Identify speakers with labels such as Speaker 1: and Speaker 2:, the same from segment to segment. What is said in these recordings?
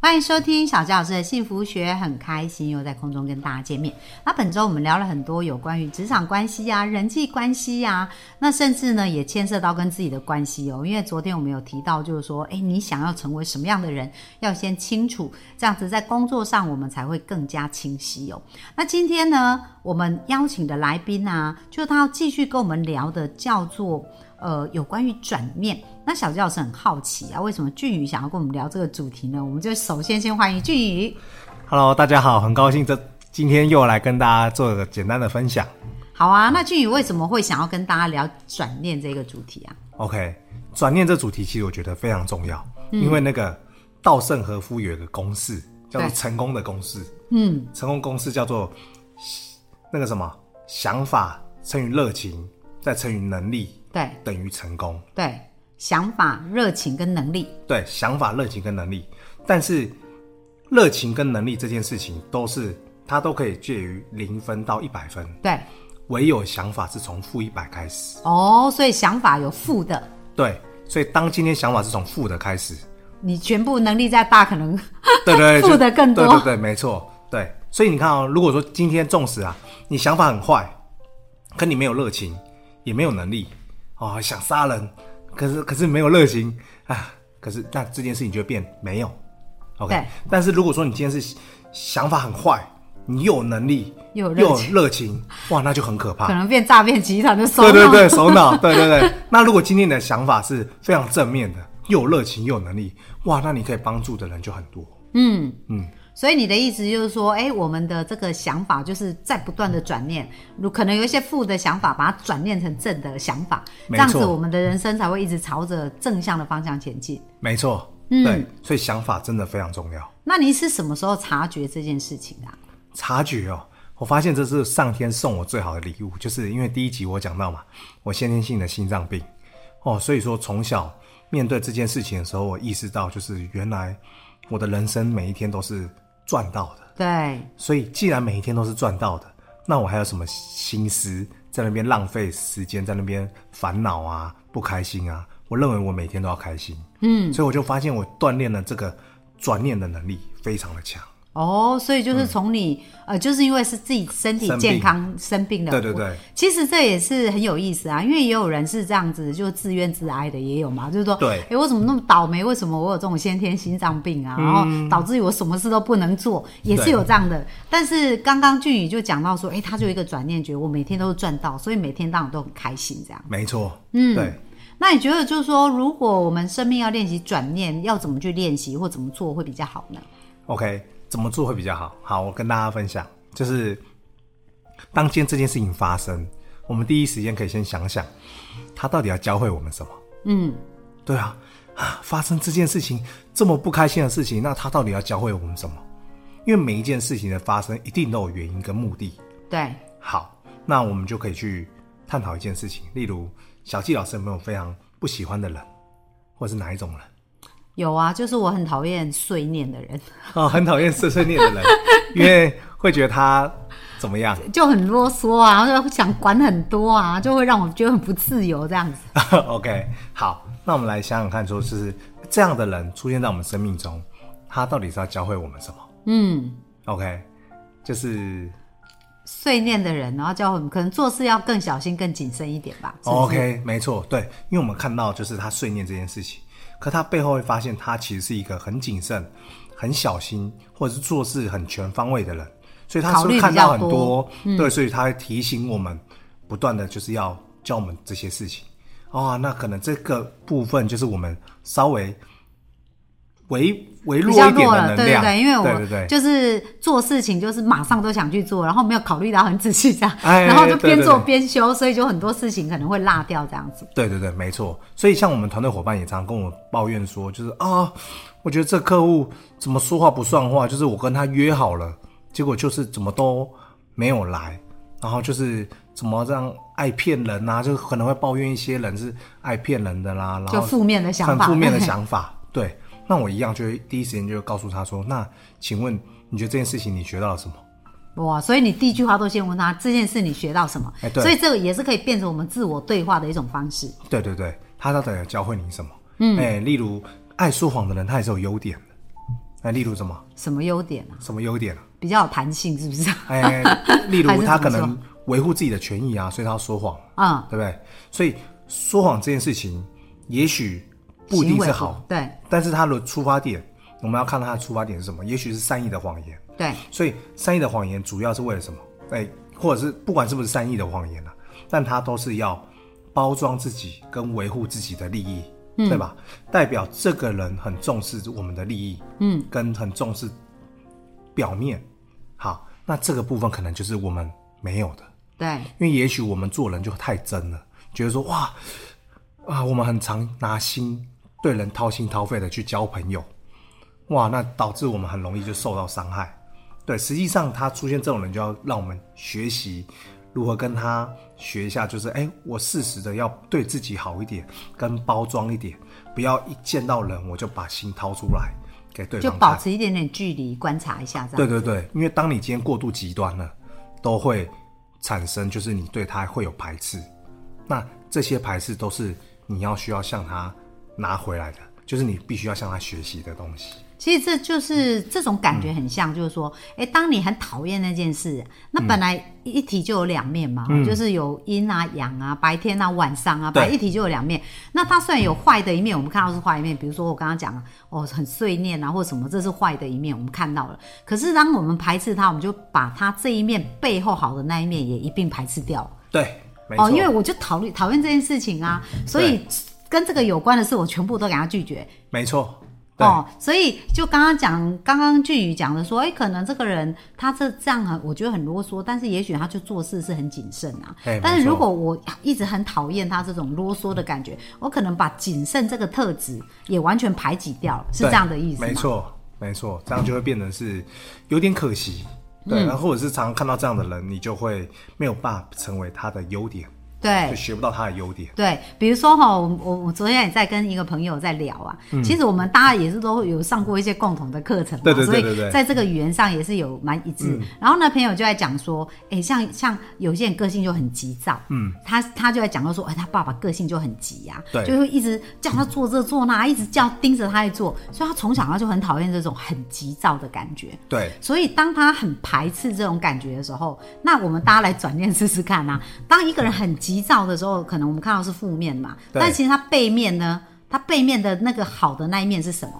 Speaker 1: 欢迎收听小纪老师的幸福学，很开心又在空中跟大家见面。那本周我们聊了很多有关于职场关系啊、人际关系呀、啊，那甚至呢也牵涉到跟自己的关系哦。因为昨天我们有提到，就是说，诶，你想要成为什么样的人，要先清楚，这样子在工作上我们才会更加清晰哦。那今天呢，我们邀请的来宾啊，就他要继续跟我们聊的叫做呃有关于转念。那小教老师很好奇啊，为什么俊宇想要跟我们聊这个主题呢？我们就首先先欢迎俊宇。
Speaker 2: Hello，大家好，很高兴这今天又来跟大家做个简单的分享。
Speaker 1: 好啊，那俊宇为什么会想要跟大家聊转念这个主题啊？
Speaker 2: OK，转念这主题其实我觉得非常重要，
Speaker 1: 嗯
Speaker 2: 因为那个稻盛和夫有一个公式叫做
Speaker 1: 对
Speaker 2: 成功的公式，
Speaker 1: 嗯，
Speaker 2: 成功公式叫做那个什么想法乘以热情，再乘以能力
Speaker 1: 对
Speaker 2: 等于成功。
Speaker 1: 对，想法、热情跟能力，
Speaker 2: 对，想法、热情跟能力，但是热情跟能力这件事情都是它都可以介于零分到一百分，
Speaker 1: 对
Speaker 2: 唯有想法是从负一百开始。
Speaker 1: 哦，所以想法有负的，
Speaker 2: 对，所以当今天想法是从负的 开始，
Speaker 1: 你全部能力再大，可能
Speaker 2: 对对对，
Speaker 1: 负的更多
Speaker 2: 对对对，没错，对。所以你看哦，如果说今天纵使啊，你想法很坏，可你没有热情，也没有能力，哦，想杀人，可是可是没有热情啊，可是那这件事情就会变没有，OK
Speaker 1: 对。
Speaker 2: 但是如果说你今天是想法很坏，你又有能力，
Speaker 1: 又有热
Speaker 2: 又有
Speaker 1: 情
Speaker 2: 热情，哇，那就很可怕
Speaker 1: 可。能变诈骗集团的首脑。
Speaker 2: 啊 对对对，首 脑，对对对。那如果今天你的想法是非常正面的，又有热情又有能力，哇，那你可以帮助的人就很多。
Speaker 1: 嗯嗯
Speaker 2: 嗯。
Speaker 1: 所以你的意思就是说，哎、我们的这个想法就是在不断的转念，如可能有一些负的想法，把它转念成正的想法，这
Speaker 2: 没
Speaker 1: 样子
Speaker 2: 错
Speaker 1: 我们的人生才会一直朝着正向的方向前进。
Speaker 2: 没错，
Speaker 1: 嗯
Speaker 2: 对，所以想法真的非常重要。
Speaker 1: 那你是什么时候察觉这件事情的啊？
Speaker 2: 察觉哦，我发现这是上天送我最好的礼物，就是因为第一集我讲到嘛，我先天性的心脏病哦，所以说从小面对这件事情的时候，我意识到就是原来我的人生每一天都是赚到的。
Speaker 1: 对，
Speaker 2: 所以既然每一天都是赚到的，那我还有什么心思在那边浪费时间，在那边烦恼啊、不开心啊？我认为我每天都要开心，嗯，所以我就发现我锻炼了这个转念的能力非常的强，
Speaker 1: 哦，所以就是从你、呃，就是因为是自己身体
Speaker 2: 嗯生病
Speaker 1: 健康生病的，
Speaker 2: 对对对。
Speaker 1: 其实这也是很有意思啊，因为也有人是这样子，就自怨自哀的也有嘛，就是说，
Speaker 2: 对
Speaker 1: 哎、我怎么那么倒霉？为什么我有这种先天心脏病
Speaker 2: 嗯
Speaker 1: 啊？然后导致于我什么事都不能做，也是
Speaker 2: 对
Speaker 1: 有这样的。但是刚刚俊宇就讲到说，哎、他就有一个转念，觉得我每天都是赚到，所以每天当然都很开心这样。
Speaker 2: 没错，嗯，对，
Speaker 1: 那你觉得就是说，如果我们生命要练习转念，要怎么去练习或怎么做会比较好呢？
Speaker 2: OK，怎么做会比较好？好，我跟大家分享，就是当今天这件事情发生，我们第一时间可以先想想，他到底要教会我们什么？
Speaker 1: 嗯，
Speaker 2: 对啊，啊，发生这件事情这么不开心的事情，那他到底要教会我们什么？因为每一件事情的发生一定都有原因跟目的。
Speaker 1: 对，
Speaker 2: 好，那我们就可以去探讨一件事情，例如小纪老师有没有非常不喜欢的人，或是哪一种人？
Speaker 1: 有啊，就是我很讨厌碎念的人，
Speaker 2: 哦，很讨厌碎碎念的人，因为会觉得他怎么样？
Speaker 1: 就很啰嗦啊，然后想管很多啊，就会让我觉得很不自由这样子。
Speaker 2: OK，好，那我们来想想看，说就是这样的人出现在我们生命中，他到底是要教会我们什么
Speaker 1: 嗯，
Speaker 2: ？OK，就是
Speaker 1: 碎念的人，然后叫我们可能做事要更小心、更谨慎一点吧。是不是
Speaker 2: OK，没错，对，因为我们看到就是他碎念这件事情，可他背后会发现他其实是一个很谨慎、很小心，或者是做事很全方位的人，所以他
Speaker 1: 考
Speaker 2: 是
Speaker 1: 虑
Speaker 2: 会
Speaker 1: 比
Speaker 2: 看到
Speaker 1: 较
Speaker 2: 很
Speaker 1: 多嗯
Speaker 2: 对，所以他会提醒我们，不断的就是要教我们这些事情。哦，那可能这个部分就是我们稍微微微
Speaker 1: 比
Speaker 2: 弱
Speaker 1: 较
Speaker 2: 一点
Speaker 1: 弱
Speaker 2: 的
Speaker 1: 了，
Speaker 2: 能
Speaker 1: 对对
Speaker 2: 量，
Speaker 1: 对，因为我
Speaker 2: 对对对
Speaker 1: 就是做事情就是马上都想去做，然后没有考虑到很仔细这样，
Speaker 2: 哎
Speaker 1: 然后就
Speaker 2: 对
Speaker 1: 边
Speaker 2: 对
Speaker 1: 做
Speaker 2: 对
Speaker 1: 边修，所以就很多事情可能会落掉这样子。
Speaker 2: 对对对，没错。所以像我们团队伙伴也常跟我抱怨说，就是啊，我觉得这客户怎么说话不算话，就是我跟他约好了，结果就是怎么都没有来，然后就是怎么这样爱骗人呐、就可能会抱怨一些人是爱骗人的啦，然后
Speaker 1: 就负面的想
Speaker 2: 很
Speaker 1: 法，
Speaker 2: 负面的 想法。对，那我一样就会第一时间就会告诉他说：“那请问你觉得这件事情你学到了什么
Speaker 1: 哇，所以你第一句话都先问他这件事你学到什么，
Speaker 2: 哎对
Speaker 1: 所以这个也是可以变成我们自我对话的一种方式。？”
Speaker 2: 对对对，他到底有教会你什么？嗯，哎、例如爱说谎的人，他也是有优点的。哎，例如什么？
Speaker 1: 什么优点啊？
Speaker 2: 什么优点啊？
Speaker 1: 比较有弹性，是不 是？
Speaker 2: 哎，例如
Speaker 1: 还是
Speaker 2: 他
Speaker 1: 怎么
Speaker 2: 可
Speaker 1: 说
Speaker 2: 能维护自己的权益啊，所以他要说谎。
Speaker 1: 嗯，
Speaker 2: 对不对？所以说谎这件事情，也许不
Speaker 1: 行
Speaker 2: 一定
Speaker 1: 为
Speaker 2: 是好，
Speaker 1: 对
Speaker 2: 但是他的出发点，我们要看他的出发点是什么，也许是善意的谎言。
Speaker 1: 对，
Speaker 2: 所以善意的谎言主要是为了什么？哎，或者是不管是不是善意的谎言啊，但他都是要包装自己跟维护自己的利益，对吧？代表这个人很重视我们的利益，嗯，跟很重视表面。好，那这个部分可能就是我们没有的。
Speaker 1: 对，
Speaker 2: 因为也许我们做人就太真了，觉得说哇啊，我们很常拿心对人掏心掏肺的去交朋友，哇，那导致我们很容易就受到伤害。对，实际上他出现这种人，就要让我们学习如何跟他学一下，就是哎、我适时的要对自己好一点，跟包装一点，不要一见到人我就把心掏出来给对
Speaker 1: 就
Speaker 2: 方
Speaker 1: 保
Speaker 2: 看。
Speaker 1: 持一点点距离，观察一下这样。
Speaker 2: 对对对，因为当你今天过度极端了，都会产生就是你对他会有排斥，那这些排斥都是你要需要向他拿回来的，就是你必须要向他学习的东西。
Speaker 1: 其实这就是
Speaker 2: 嗯
Speaker 1: 这种感觉很像，就是说，哎、当你很讨厌那件事，那
Speaker 2: 嗯
Speaker 1: 本来一体就有两面嘛，就是有阴啊、阳啊、白天啊、晚上啊，
Speaker 2: 对
Speaker 1: 本来一体就有两面。那它虽然有坏的一面，我们看到是坏一面，比如说我刚刚讲了，哦，很碎念啊或什么，这是坏的一面，我们看到了。可是当我们排斥它，我们就把它这一面背后好的那一面也一并排斥掉。
Speaker 2: 对，没错。
Speaker 1: 哦，
Speaker 2: 嗯
Speaker 1: 因为我就讨论讨厌这件事情啊，所以跟这个有关的事，我全部都给它拒绝。
Speaker 2: 没错，对、
Speaker 1: 哦，所以就刚刚讲，刚刚俊宇讲的说，哎，可能这个人他这这样很，我觉得很啰嗦，但是也许他就做事是很谨慎啊
Speaker 2: 哎没错。
Speaker 1: 但是如果我一直很讨厌他这种啰嗦的感觉，我可能把谨慎这个特质也完全排挤掉了，是
Speaker 2: 对
Speaker 1: 这样的意思吗？
Speaker 2: 没错，没错，这样就会变成是有点可惜。
Speaker 1: 嗯
Speaker 2: 对，然后或者是常常看到这样的人，你就会没有办法成为他的优点，就
Speaker 1: 对。
Speaker 2: 学不到他的优点。
Speaker 1: 对，比如说哈、我我我昨天也在跟一个朋友在聊啊，其实我们大家也是都有上过一些共同的课程嘛，
Speaker 2: 嗯对对
Speaker 1: 所
Speaker 2: 对对对嗯
Speaker 1: 以在这个语言上也是有蛮一致。然后呢，朋友就在讲说，哎，像像有些人个性就很急躁，嗯，他他就在讲到说，哎，他爸爸个性就很急呀、
Speaker 2: 对
Speaker 1: 就会一直叫他做这做那，一直叫盯着他去做，所以他从小他就很讨厌这种很急躁的感觉。
Speaker 2: 对，
Speaker 1: 所以，当他很排斥这种感觉的时候，那我们大家来转念试试看啊。当一个人很急躁的时候，可能我们看到是负面嘛，
Speaker 2: 对
Speaker 1: 但其实他背面呢，他背面的那个好的那一面是什么？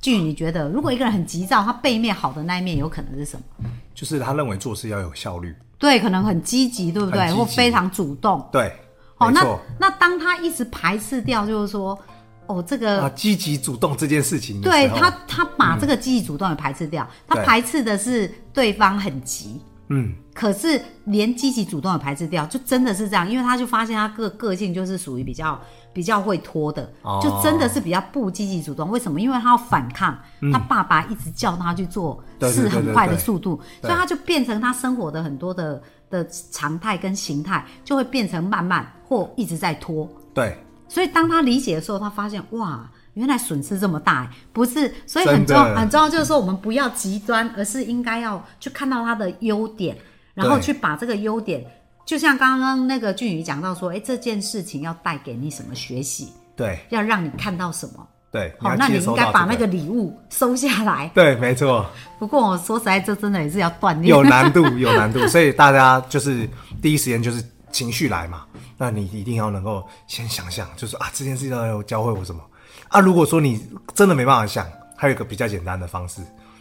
Speaker 1: 据你觉得，如果一个人很急躁，他背面好的那一面有可能是什么？
Speaker 2: 就是他认为做事要有效率。
Speaker 1: 对，可能很积极，对不对？
Speaker 2: 很积极
Speaker 1: 或非常主动。
Speaker 2: 对，
Speaker 1: 哦，
Speaker 2: 没
Speaker 1: 那
Speaker 2: 错。
Speaker 1: 那当他一直排斥掉，就是说，哦，这个
Speaker 2: 啊，积极主动这件事情的
Speaker 1: 对
Speaker 2: 时候
Speaker 1: 他，他把这个积极主动也排斥掉，他
Speaker 2: 对
Speaker 1: 排斥的是对方很急，
Speaker 2: 嗯，
Speaker 1: 可是连积极主动也排斥掉，就真的是这样，因为他就发现他个个性就是属于比较比较会拖的，
Speaker 2: 哦
Speaker 1: 就真的是比较不积极主动。为什么？因为他要反抗，他爸爸一直叫他去做
Speaker 2: 嗯对对
Speaker 1: 事
Speaker 2: 对
Speaker 1: 很
Speaker 2: 对
Speaker 1: 快的
Speaker 2: 对
Speaker 1: 速度，所
Speaker 2: 对
Speaker 1: 以他就变成他生活的很多的的常态跟形态就会变成慢慢或一直在拖。
Speaker 2: 对，
Speaker 1: 所以当他理解的时候，他发现哇，原来损失这么大欸，不是？所以很
Speaker 2: 真的
Speaker 1: 重要，很重要就是说，我们不要极端，而是应该要去看到他的优点，然后
Speaker 2: 对
Speaker 1: 去把这个优点，就像刚刚那个俊宇讲到说，哎，这件事情要带给你什么学习，
Speaker 2: 对，
Speaker 1: 要让你看到什么。
Speaker 2: 对，
Speaker 1: 好、
Speaker 2: 要
Speaker 1: 那你
Speaker 2: 接收
Speaker 1: 应该
Speaker 2: 到
Speaker 1: 把
Speaker 2: 这
Speaker 1: 那个礼物收下来。
Speaker 2: 对，没错，
Speaker 1: 不过我说实在，这真的也是要锻炼。
Speaker 2: 有难度， 有难度，所以大家就是第一时间就是情绪来嘛，那你一定要能够先想想，就是啊这件事情要教会我什么啊？如果说你真的没办法想，还有一个比较简单的方式，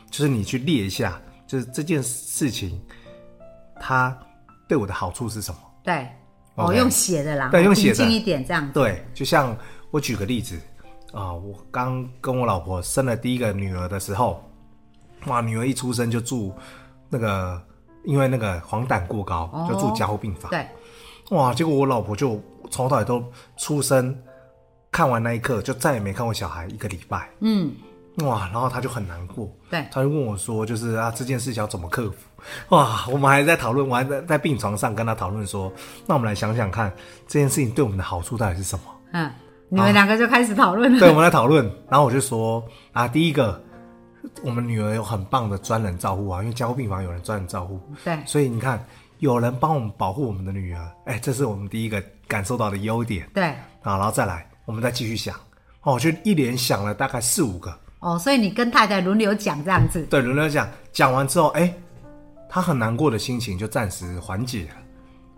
Speaker 2: 就是你去列一下，就是这件事情它对我的好处是什么。
Speaker 1: 对，哦，
Speaker 2: OK
Speaker 1: 用写的啦，
Speaker 2: 对用
Speaker 1: 平
Speaker 2: 写的
Speaker 1: 静一点这样子。
Speaker 2: 对，就像我举个例子啊、我刚跟我老婆生了第一个女儿的时候，哇，女儿一出生就住那个，因为那个黄疸过高，
Speaker 1: 哦
Speaker 2: 就住加护病房。
Speaker 1: 对，
Speaker 2: 哇，结果我老婆就从头到尾都出生看完那一刻，就再也没看过小孩一个礼拜。
Speaker 1: 嗯，
Speaker 2: 哇，然后他就很难过，
Speaker 1: 对
Speaker 2: 他就问我说，就是啊这件事情要怎么克服？哇，我们还在讨论，我还在在病床上跟他讨论说，那我们来想想看这件事情对我们的好处到底是什么？
Speaker 1: 嗯，你们两个就开始讨论了。
Speaker 2: 对，我们来讨论。然后我就说啊，第一个，我们女儿有很棒的专人照护啊，因为加护病房有人专人照护，
Speaker 1: 对
Speaker 2: 所以你看有人帮我们保护我们的女儿，哎、这是我们第一个感受到的优点
Speaker 1: 对
Speaker 2: 啊。然后再来，我们再继续想，哦，我就一连想了大概四五个，
Speaker 1: 哦，所以你跟太太轮流讲这样子，
Speaker 2: 对，轮流讲，讲完之后，哎、她很难过的心情就暂时缓解 了。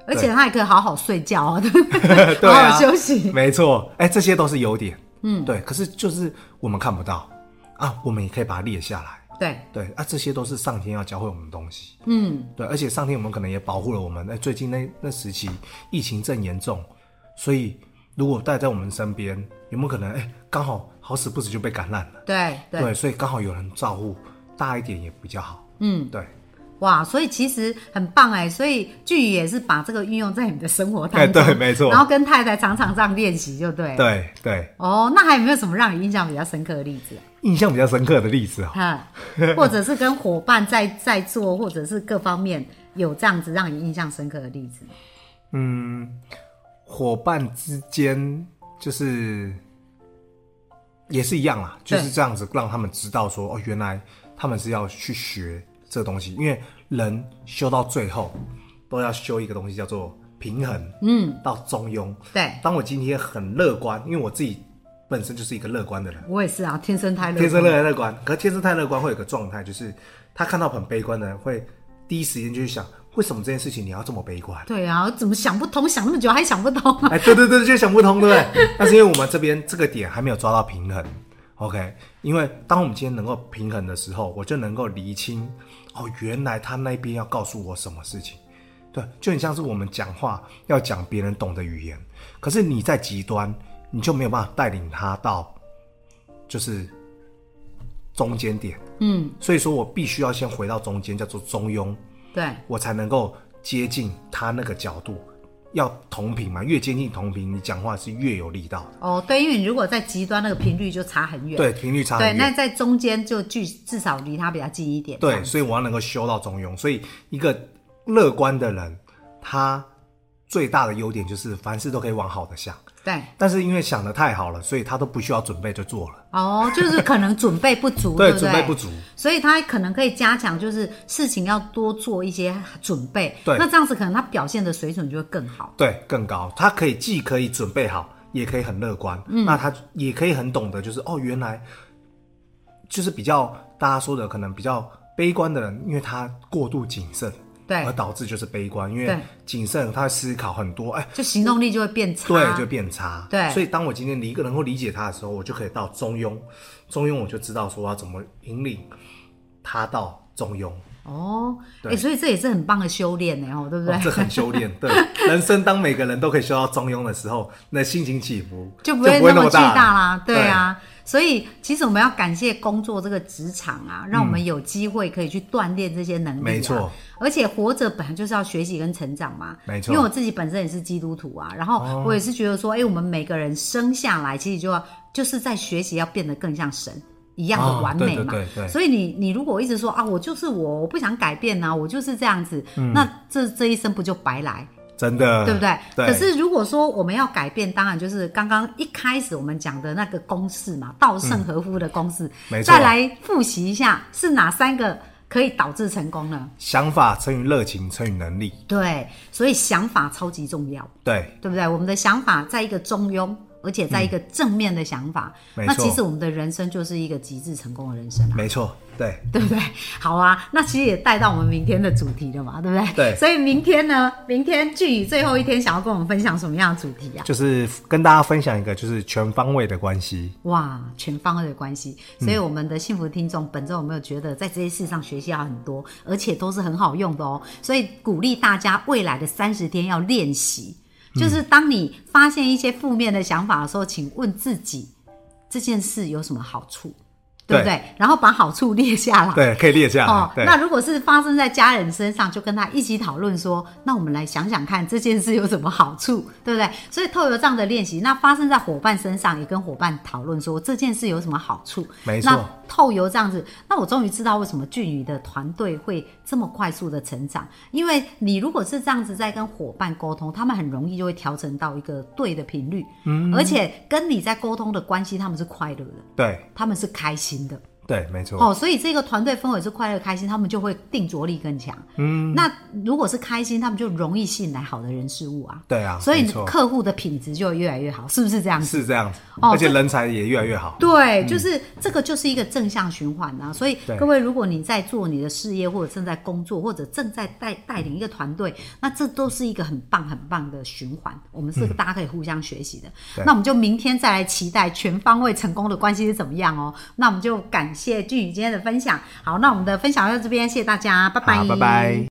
Speaker 1: 而且她也可以好好睡觉 哦，
Speaker 2: 对
Speaker 1: 好
Speaker 2: 啊
Speaker 1: 好休息。
Speaker 2: 没错，哎、这些都是优点，嗯，对。可是就是我们看不到啊，我们也可以把它列下来。
Speaker 1: 对
Speaker 2: 对啊，这些都是上天要教会我们的东西。
Speaker 1: 嗯，
Speaker 2: 对，而且上天我们可能也保护了我们。哎、最近那那时期疫情正严重，所以如果待在我们身边，有没有可能哎、刚好好死不死就被感染了？
Speaker 1: 对对，
Speaker 2: 所以刚好有人照顾，大一点也比较好。
Speaker 1: 嗯，
Speaker 2: 对，
Speaker 1: 哇，所以其实很棒哎，所以剧宇也是把这个运用在你们的生活
Speaker 2: 哎、
Speaker 1: 当中，
Speaker 2: 对，没错
Speaker 1: 然，后跟太太常常这样练习，就对。。
Speaker 2: 对对，
Speaker 1: 哦，那还有没有什么让你印象比较深刻的例 子啊？
Speaker 2: 印象比较深刻的例子啊，
Speaker 1: 哈，或者是跟伙伴在在做，或者是各方面有这样子让你印象深刻的例子？
Speaker 2: 嗯，伙伴之间就是也是一样啦，就
Speaker 1: 对
Speaker 2: 是这样子让他们知道说，哦，原来他们是要去学这东西，因为人修到最后都要修一个东西叫做平衡，
Speaker 1: 嗯，
Speaker 2: 到中庸。
Speaker 1: 对，
Speaker 2: 当我今天很乐观，因为我自己本身就是一个乐观的人，
Speaker 1: 我也是啊，天生太乐观，
Speaker 2: 天生乐乐观，可是天生太乐观会有个状态，就是他看到很悲观的人，会第一时间就去想，为什么这件事情你要这么悲观？
Speaker 1: 对啊，我怎么想不通，想那么久还想不通 啊？
Speaker 2: 哎，对对对，就想不通，对不对？但是因为我们这边这个点还没有抓到平衡，OK？因为当我们今天能够平衡的时候，我就能够厘清，哦，原来他那边要告诉我什么事情。对，就很像是我们讲话要讲别人懂的语言，可是你在极端，你就没有办法带领他到，就是中间点。
Speaker 1: 嗯，
Speaker 2: 所以说我必须要先回到中间，叫做中庸。
Speaker 1: 对，
Speaker 2: 我才能够接近他那个角度，要同频嘛，越接近同频，你讲话是越有力道的，
Speaker 1: 哦，对，因为你如果在极端那个频率就差很远，
Speaker 2: 对，频率差
Speaker 1: 对，
Speaker 2: 很
Speaker 1: 那
Speaker 2: 远。
Speaker 1: 在中间就距至少离他比较近一点，
Speaker 2: 对，所以我要能够修到中庸。所以一个乐观的人，他最大的优点就是凡事都可以往好的想，
Speaker 1: 对，
Speaker 2: 但是因为想的太好了，所以他都不需要准备就做了，
Speaker 1: 哦，就是可能准备不 足，不
Speaker 2: 准备不足，
Speaker 1: 所以他可能可以加强，就是事情要多做一些准备。
Speaker 2: 对
Speaker 1: 那这样子可能他表现的水准就会更好。
Speaker 2: 对，更高。他可以既可以准备好，也可以很乐观。
Speaker 1: 嗯
Speaker 2: 那他也可以很懂得，就是哦，原来就是比较大家说的可能比较悲观的人，因为他过度谨慎，
Speaker 1: 对
Speaker 2: 而导致就是悲观，因为
Speaker 1: 对
Speaker 2: 谨慎他会思考很多，哎，
Speaker 1: 就行动力就会变差。
Speaker 2: 对，就变差。
Speaker 1: 对
Speaker 2: 所以当我今天理能够理解他的时候，我就可以到中庸，中庸我就知道说我要怎么引领他到中庸。
Speaker 1: 哦，哎、
Speaker 2: 对
Speaker 1: 所以这也是很棒的修炼呢，哦，对不对？
Speaker 2: 哦、这很 修炼，对人生。当每个人都可以修到中庸的时候，那心情起伏
Speaker 1: 就不
Speaker 2: 不
Speaker 1: 会
Speaker 2: 会
Speaker 1: 那么巨
Speaker 2: 大
Speaker 1: 大啦，对。啊。所以其实我们要感谢工作这个职场啊，让我们有机会可以去锻炼这些能力、啊。
Speaker 2: 嗯没错，
Speaker 1: 而且活着本来就是要学习跟成长嘛。
Speaker 2: 没错哦
Speaker 1: 因为我自己本身也是基督徒啊，然后我也是觉得说，哎、我们每个人生下来其实就要就是在学习要变得更像神。一样的
Speaker 2: 哦
Speaker 1: 完
Speaker 2: 对
Speaker 1: 美
Speaker 2: 对
Speaker 1: 嘛，
Speaker 2: 对对
Speaker 1: 所以你你如果一直说啊，我就是我，我不想改变呐、我就是这样子，
Speaker 2: 嗯
Speaker 1: 那这这一生不就白来？
Speaker 2: 真的，
Speaker 1: 对不对？
Speaker 2: 嗯对。
Speaker 1: 可是如果说我们要改变，当然就是刚刚一开始我们讲的那个公式嘛，稻盛和夫的公式。
Speaker 2: 嗯没错
Speaker 1: 再来复习一下是哪三个可以导致成功呢？
Speaker 2: 想法乘以热情乘以能力，
Speaker 1: 对，所以想法超级重要，
Speaker 2: 对，
Speaker 1: 对不对？我们的想法在一个中庸，而且在一个正面的想法，嗯
Speaker 2: 没
Speaker 1: 那
Speaker 2: 错
Speaker 1: 其实我们的人生就是一个极致成功的人 生啊。
Speaker 2: 没错，对，
Speaker 1: 对不对？好啊，那其实也带到我们明天的主题了嘛，对不对？
Speaker 2: 对
Speaker 1: 所以明天呢，明天剧宇最后一天想要跟我们分享什么样的主题啊？
Speaker 2: 就是跟大家分享一个就是全方位的关系。
Speaker 1: 哇，全方位的关系。所以我们的幸福听众本周有没有觉得在这些事上学习到很多，而且都是很好用的哦？所以鼓励大家未来的三十天要练习，就是当你发现一些负面的想法的时候，请问自己这件事有什么好处？对不对？然后把好处列下来。
Speaker 2: 对，可以列下
Speaker 1: 啊
Speaker 2: 来。
Speaker 1: 哦，
Speaker 2: 啊对，
Speaker 1: 那如果是发生在家人身上，就跟他一起讨论说，那我们来想想看这件事有什么好处，对不对？所以透过这样的练习，那发生在伙伴身上，也跟伙伴讨论说这件事有什么好处。
Speaker 2: 没错
Speaker 1: 那透由这样子，那我终于知道为什么俊宇的团队会这么快速的成长，因为你如果是这样子在跟伙伴沟通，他们很容易就会调整到一个对的频率，嗯，而且跟你在沟通的关系，他们是快乐的，
Speaker 2: 对
Speaker 1: 他们是开心的。
Speaker 2: 对，没错。
Speaker 1: 哦，所以这个团队氛围是快乐开心，他们就会定着力更强。嗯，那如果是开心，他们就容易吸引来好的人事物啊。
Speaker 2: 对啊，
Speaker 1: 所以
Speaker 2: 没错
Speaker 1: 客户的品质就越来越好，是不是这样子？
Speaker 2: 是这样子，
Speaker 1: 哦
Speaker 2: 而且
Speaker 1: 这
Speaker 2: 人才也越来越好。嗯
Speaker 1: 对，就是这个就是一个正向循环啊。所以
Speaker 2: 对
Speaker 1: 各位，如果你在做你的事业，或者正在工作，或者正在带带领一个团队，那这都是一个很棒很棒的循环。我们是大家可以互相学习的。
Speaker 2: 对
Speaker 1: 那我们就明天再来期待全方位成功的关系是怎么样哦。那我们就感谢俊宇今天的分享。好，那我们的分享到这边，谢谢大家，拜拜，
Speaker 2: 好，拜拜。